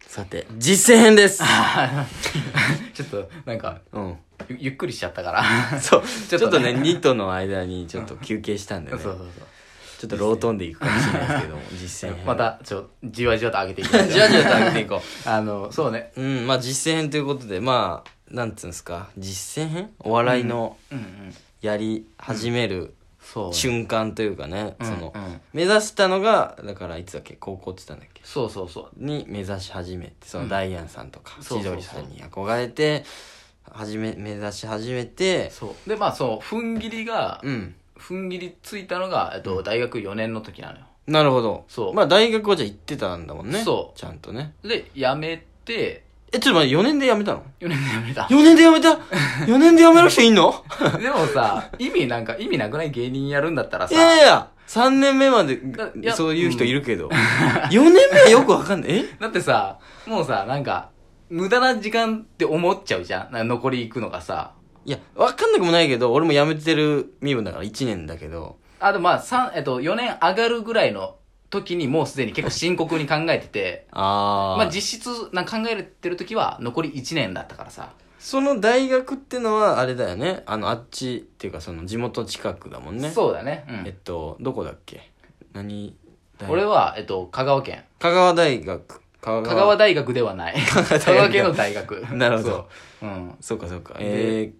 さて、実践編です。あー ちょっと、なんか、うん。ゆゆっくりしちゃった から。そう。ち ちょっとねょっとね、ニトの間にちょっと休憩したんでそうね。そうちょっとロートンでいくかもしれないですけ ども、実そ践う編。ま。た、ちょ、じわじわと上げていきじまわしょう じわと上げていこあの、そうね。 う。うん、まあ実践編ということで、まあ、なんつうんですか、実践編お笑いのうんうん。やり始めるそう。瞬間というかね、うんそのう、ん目指したのが、だからいつだっけ、高校って言ったんだっけ。そうそうそう。に目指し始めてそのうんダイアンさんとかそう千そうそう鳥さんに憧れて始め目指し始めてそう。で、まあ、そう、踏ん切りが、うん踏ん切りついたのが、えっと、大学4年の時なのよ。なるほどそうまあ大学はじゃあ行ってたんだもんねそうちゃんとねで、辞めて、えちょっと待って4年で辞めたの4年で辞めた。 4年で辞めた 4年で辞める人 いんのでもさ、意味なんか、意味なくない芸人やるんだったらいさ、やいやいや3年目までだいやそういう人いるけど、4 年目はよくわかんないえだってさ、もうさ、なんか、無駄な時間って思っちゃうじゃん。なんか残り行くのがさ。いやわかんなくもないけど俺も辞めてる身分だから1年だけど、あ、でもまあ、三えっと、4年上がるぐらいの時にもうすでに結構深刻に考えてて あーまあ実質、なんか考えてる時は残り1年だったからさ。その大学ってのはあれだよねあのあっちっていうかその地元近くだもんねそうだね。うえっん。とどこだっけ何大学俺は、えっと、香川県。香川大学香香川大学で はない。香川大学川県の大学。なるほどそう。うん。そうかそうかえ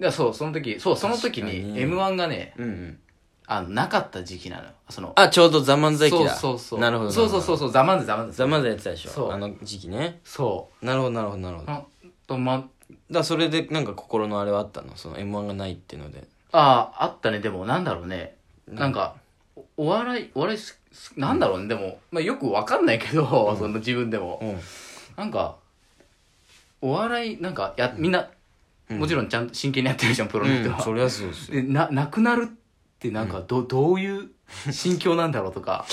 で、そう、その時、そう、その時確かにに M1 がね、ー、うんうんあの、なかった時期なのよ。その、あちょうど「ザ漫才期だそうそうそう。なるほどそうそうそううそう、ざまんでざまんで。ザ漫才やってたでしそうょあの時期ねそなるほどなるほどなるほう。どだかあ、とま、らそれでなんか心のあれはあったのその m 1がないっていうのでああ、あったね、でも、なんだろうね。うんなんか、おお笑い、お笑いす、すなんだろうね、でも、まあ、よくわかんないけど、その自分でも。うんなんか、お笑い、なんか、や、みんな、うんもちろんちゃんと真剣にやってるじゃん、プロの人うんそは。りゃそうですよで、な、なくなるって、なんか、ど、どういう心境なんだろう とか、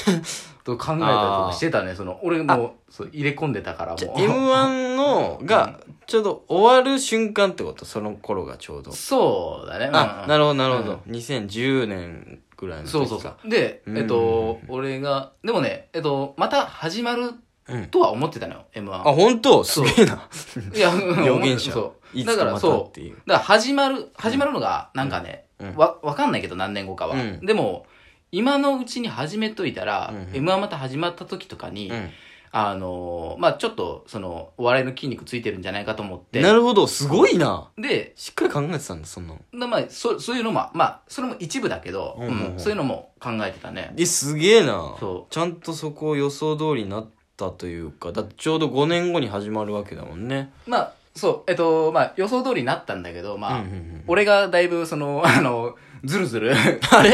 と考えたりとかしてたね、その、俺もう、そう、入れ込んでたから、じゃもう。 m 1のがちょうど終わる瞬間ってことその頃がちょうどそうだね。あなるるほどなるほど、2010年ぐらいの時かそうそうそう。で、うんえっと、俺が、でもね、えっと、また始まるうんとは思ってたのよ、あ M1。本当すげえないや、うん予言者そう。いつだかからまたっそてう。いうだから始まる、始まるのが、なんかね、うんわ、わかんないけど何年後かは。うんでも、今のうちに始めといたら、うん M1 また始まった時とかに、うんあのー、まあちょっと、その、お笑いの筋肉ついてるんじゃないかと思って。なるほどすごいなで、しっかり考えてたんだそんなのまあそそういうのも、まあそれも一部だけど、うんうんうんうんそういうのも考えてたね。えすげえなそちゃんとそこを予想通りになったというかだってちょうど5年後に始まるわけだもんねまあ、そう、えっと、まあ、予想通りになったんだけど、まあ、うんうんうん俺がだいぶ、その、 あの、ズルズル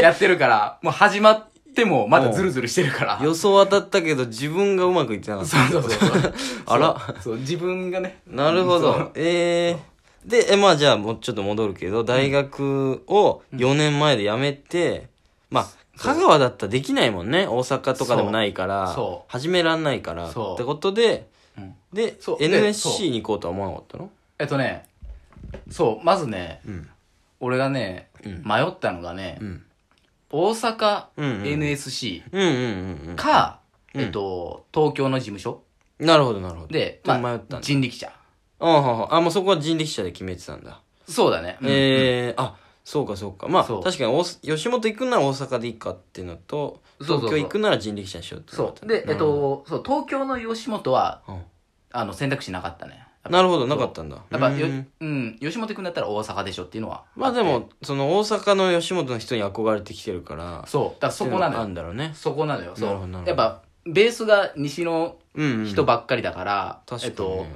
やってるから、もう始まっても、まだズルズルしてるから。予想当たったけど自分がうまくいってなかっそうそうそう。たあらそう、自分がね。なるほどえー、でえまあじゃあもうちょっと戻るけど大学を4年前で辞めて、まあ香川だったらできないもんね大阪とかでもないからそうそう始めらんないからってそうことでうんでそうでそう NSC に行こうとは思わなかったのえっとね、そう、まずね、うん俺がね、うん迷ったのがね、うん大阪うんうん NSC うんうんうんか、うんえっと、東京の事務所うんなるほどなるほどで、とま迷っあたんだ、人力車。あははあもうそこは人力車で決めてたんだ、そうだね。うんえー、あそうかそうかまあそう確かに大阪吉本行くなら大阪でいいかっていうのとそうそう東そう京行くなら人力車にしようってそう。で、えっと、そう、東京の吉本は、うんあの、選択肢なかったね。なるほどなかったんだやっぱ、うんようん、吉本君だったら大阪でしょっていうのは。まあでもその大阪の吉本の人に憧れてきてるからそう。だからそこっなていうがあるのよ。んだろうねそこなのよ。そなるほどうなる。ほやっどぱ、ベースが西のうん、うん、人ばっかりだから、確かえに、っと、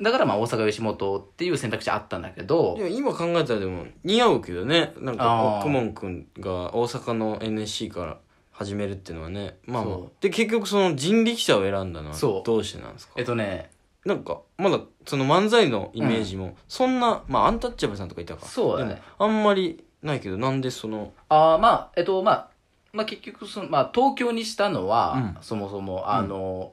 だからまあ大阪吉本っていう選択肢あったんだけどで、も今考えたらでも似合うけどねなんかあー奥門君が大阪の NSC から始めるっていうのはねまあまあそうで結局その人力車を選んだのそはうどうしてなんですかえっとね、なんかまだその漫才のイメージもそんな、まあアンタッチャブルさんとかいたかそうだねでもあんまりないけどなんでそのああまあ、えっとまあ、まあ結局その、まあ東京にしたのは、うんそもそも、あの、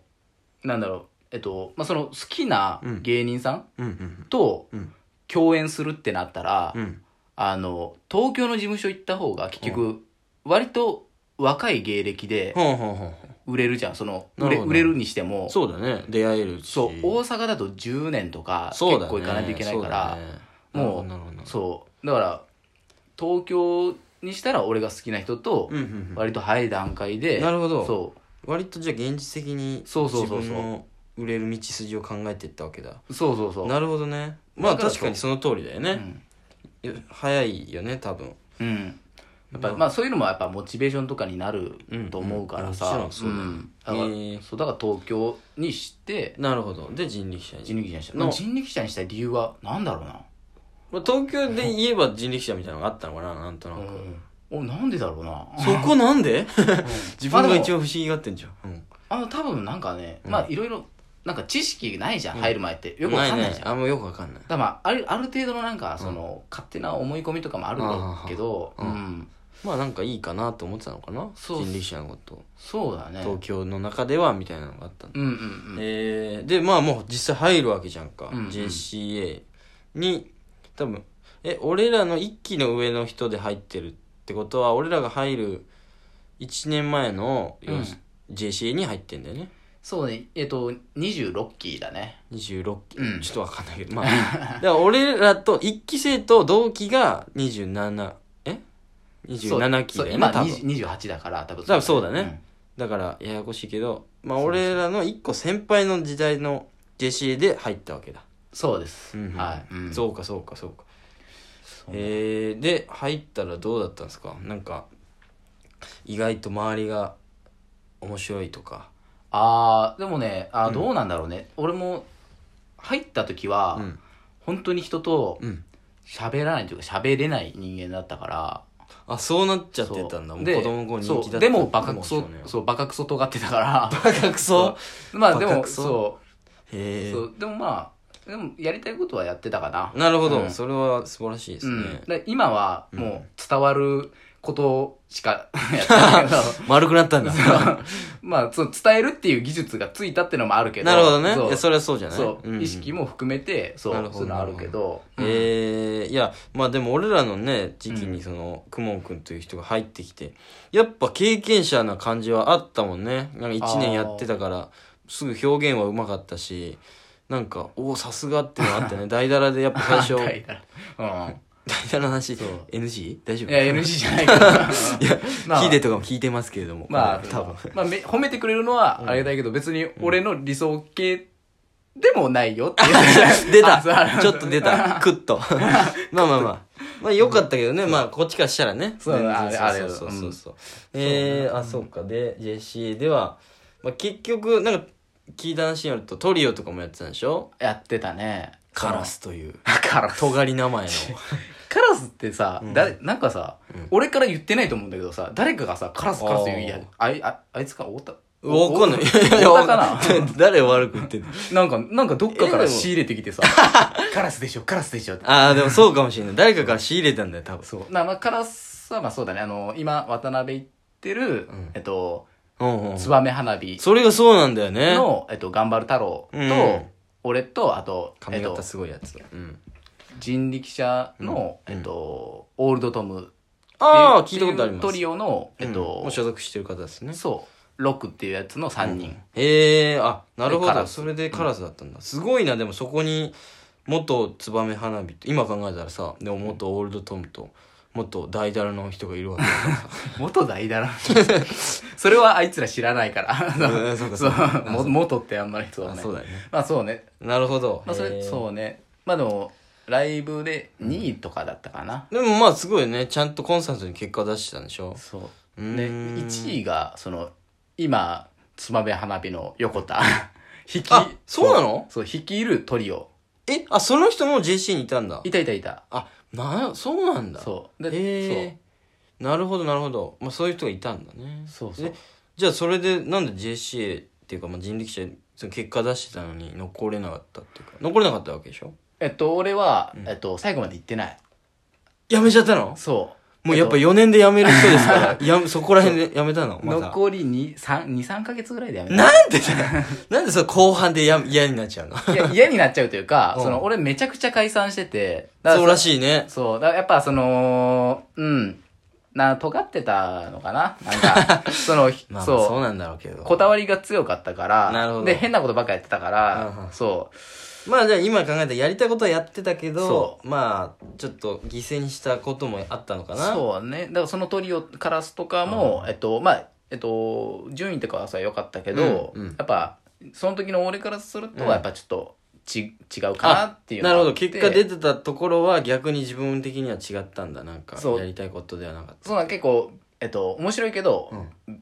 なんだろう、えっと、まあその好きな芸人さんうんうんとうん共演するってなったら、うんあの、東京の事務所行った方が結局、割と若い芸歴で、ほうほうほうほう売れるじゃんそのな売るれほど売れるにしてもそうだね出会えるしそう大阪だと10年とか結そうだね構行かないといけないからそうだねもうなるほどなるほどそうだから東京にしたら俺が好きな人とうんうん割と早い段階でなるほどそうん、割とじゃあ現実的にそうそうそうそう自分の売れる道筋を考えていったわけだうそうそうそうなるほどねまあだからそう確かにその通りだよね、いや早いよね多分うん、うんやっぱまあそういうのもやっぱモチベーションとかになるうんと思うからさ、うんもちろんそうだよんだからへーそうだから東京にしてなるほどで人力車に人力車にしたの人力車にした理由は何だろうなまあ、東京で言えば人力車みたいなのがあったのかななんとなく、おなんでだろうなそこなんで自分が一応番不思議がってんじゃん、うんあの多分なんかね、うんまあいろいろなんか知識ないじゃん、うん入る前ってよくわかんないじゃんね、あんまよくわかんないだからまああるある程度のなんかその、勝手な思い込みとかもあるんだけど、あうはんはまあなんかいいかなと思ってたのかなそう人力車のこと、そうだね東京の中ではみたいなのがあったんだ、うんうんうんえーでまあもう実際入るわけじゃんか、うんうん JCA に多分え俺らの一期の上の人で入ってるってことは俺らが入る1年前の、うん JCA に入ってんだよねそうねえっ、と26期だね26期、うんちょっとわかんない けどまあだから俺らと1期生と同期が27え27期そうだよ今ね多分20 28だから多分多分そうだね、だからややこしいけどまあ俺らの1個先輩の時代の JCA で入ったわけだ、うんそうです、うんうんはい、うんそうかそうかそうかそうえー、で入ったらどうだったんですかなんか意外と周りが面白いとかああでもねあーどうなんだろうね、俺も入った時は、うん本当に人とうん喋らないというか喋れない人間だったからあそうなっちゃってたんだそうもうで子供の頃人気だっそたうでもバカクそうソねそうバカクソ尖って たからバカクソまあでバカもクソそへうえそうでもまあでもやりたいことはやってたかななるほど、うんそれは素晴らしいですうね、ん、で今はうんもう伝わることしかやってない けど丸くな ったんだまあその伝えるっていう技術がついたってのもあるけどなるほどねそそうやそれはそうじゃないそう、んん意識も含めてそうなるほどそういうのあるけど、うんえー、いやまあでも俺らのね時期にそのくもんくんという人が入ってきてやっぱ経験者な感じはあったもんねなんか1年やってたからすぐ表現はうまかったしなんかおおさすがっていうのあ ってね大だらでやっぱ最初あ大大だらうんだらの話そう NG? 大丈夫 いや NG じゃないけどいや まあ聞いてとかも聞いてますけれどもまあ、多分。まあ、め褒めてくれるのはあれだけど、別に俺の理想系でもないよって いう出たあそうあのちょっと出 たクッとまあまあまあまあ良かったけどね、まあこっちからしたらねそう全然あれあれそうそうそうそうえー、あそうかで JCA では、まあ、結局なんか聞いた話によるとトリオとかもやってたんでしょやってたね。カラ。スというカラス。尖り名 前のカラスってさ、うんだなんかさ、うん俺から言ってないと思うんだけどさ、誰かがさ、カラスカラス言ういやあー、あいああいつか、おった。わかんない太田かな 誰を悪く言ってんの なんか、なんかどっかかえでもら仕入れてきてさ、カラスでしょ、カラスでしょって。ああでもそうかもしれない誰かから仕入れたんだよ多分そう。なまあ、カラスは、まあそうだね、あの、今、渡辺行ってる、うんえっと、うんうんツバメ花火それがそうなんだよねの、えっと、頑張る太郎と、うん俺と、あと、え髪っと型、すごいやつ、うん、人力車の、うんえっと、オールドトムっていう。ああ聞いたことありますっていうトリオの、えっと、うん、所属してる方ですねそう、ロックっていうやつの3人。へえあなるほでカどラスそれでカラスだったんだ、すごいなでもそこに元ツバメ花火って今考えたらさでも元オールドトムと元大ダラの人がいるわけだか元代だな。 それはあいつら知らないから。うん そうかそうか そうも元ってあんまり そうらね。あそうだよねまあそうね。なるほど、まあそへれ、ーそうね。まあでも、ライブで2位とかだったかな。でもまあすごいねちゃんとコンサートに結果出してたんでしょそう。うで、ーん1位が、その、今、つまべ花火の横田。 引きあそうなのそう、そう率いるトリオ。えあその人も JC にいたんだいたいたいた。あなそうなんだそう。で、へえなるほどなるほど、まあ、そういう人がいたんだねそう。そうそうで。じゃあそれでなんで JCA っていうかまあ人力車その結果出してたのに残れなかったっていうか残れなかったわけでしょえっと、俺は、えっと、最後まで行ってない。やめちゃったのそう。もうやっぱえ4年で辞める人です からやそこら辺で辞めたのとまた残り2、3、2、3ヶ月ぐらいでやめた。なんでだよなんでその後半でや嫌になっちゃう のいや嫌になっちゃうというか、うんその、俺めちゃくちゃ解散してて。そうらい。しいねそう。だからやっぱその、うん。な、尖ってたのかなな んか、その、まあ、そう、そうなんだろうけど。こだわりが強かったから、なるほどで、変なことばっかやってたから、うんうんそう、まあじゃあ今考えたらやりたいことはやってたけどそ、まあちょっと犠牲にしたこともあったのかな。そうね。だからそのトリオ、カラスとかも、えっと、まあ、えっと、順位とかはさ、良かったけど、うんうんやっぱ、その時の俺からすると、うんやっぱちょっと、ち、違うかなっていうのながるほあってど結果出てたところは逆に自分的には違ったんだなんかそうやりたいことではなかっそうなん結構、えっと、面白いけど、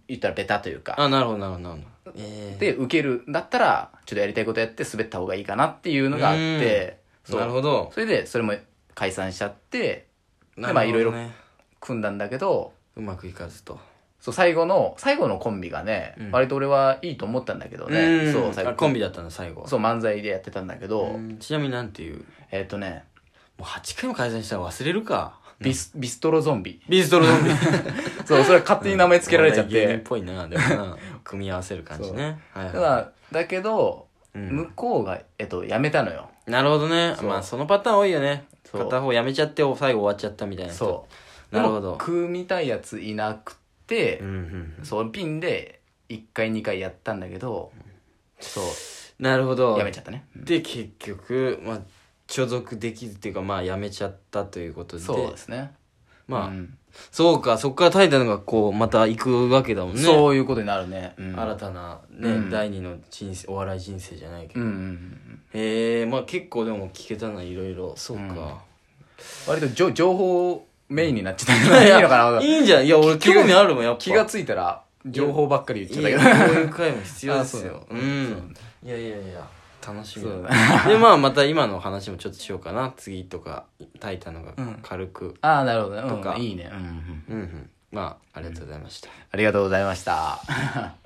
言ったらベタというたか、あなるほどなるほどなるほどええで、受けるんだったら、ちょっとやりたいことやって滑った方がいいかなっていうのがあって、そうなるほどそれで、それも解散しちゃって、なるほど、ね、まあいろいろ組んだんだけど、うまくいかずと、そう、最後の、最後のコンビがね、うん割と俺はいいと思ったんだけどうね。んそう、最あ後。コンビだったんだ最後そう、漫才でやってたんだけど、うんちなみになんていうもえっ、とね、う8回も改善したら忘れるかビス、ビストロゾンビ。ビーストロゾンビそう、それは勝手に名前つけられちゃっ。うん芸人ってぽいなでもな組み合わせる感じねはいはいただ、だけど、うん向こうが、えっと、やめたのよ。なるほどねそうまあそのパターン多いよねそう片方やめちゃって最後終わっちゃったみたいな人そう。なるほどでも組みたいやついなくて、うんうんそう、ピンで、1回2回やったんだけど、そう、なるほどやめちゃったね。で結局、まあ、所属できずっていうかまあ辞めちゃったということでそうですね。まあ、うんそうかそこからタイタンがこうまた行くわけだもんねそういうことになるね。うん新たなね、うん第二の人生お笑い人生じゃないけど、うんうんうん。へえまあ結構でも聞けたないろいろそう か、割と情情報メインになっちゃっ たいいいやのかないいんじゃんいや俺興味あるもんやっぱ気がついたら情報ばっかり言っいちゃいったけよどこういう回も必要ですよ あうそうだんいやいやいや楽しみそうだだでまあまた今の話もちょっとしようかな次とかタイタンのが軽く、 ああなるほどね、とかうんいいね、うんうんうんうんまあありがとうございました、ありがとうございました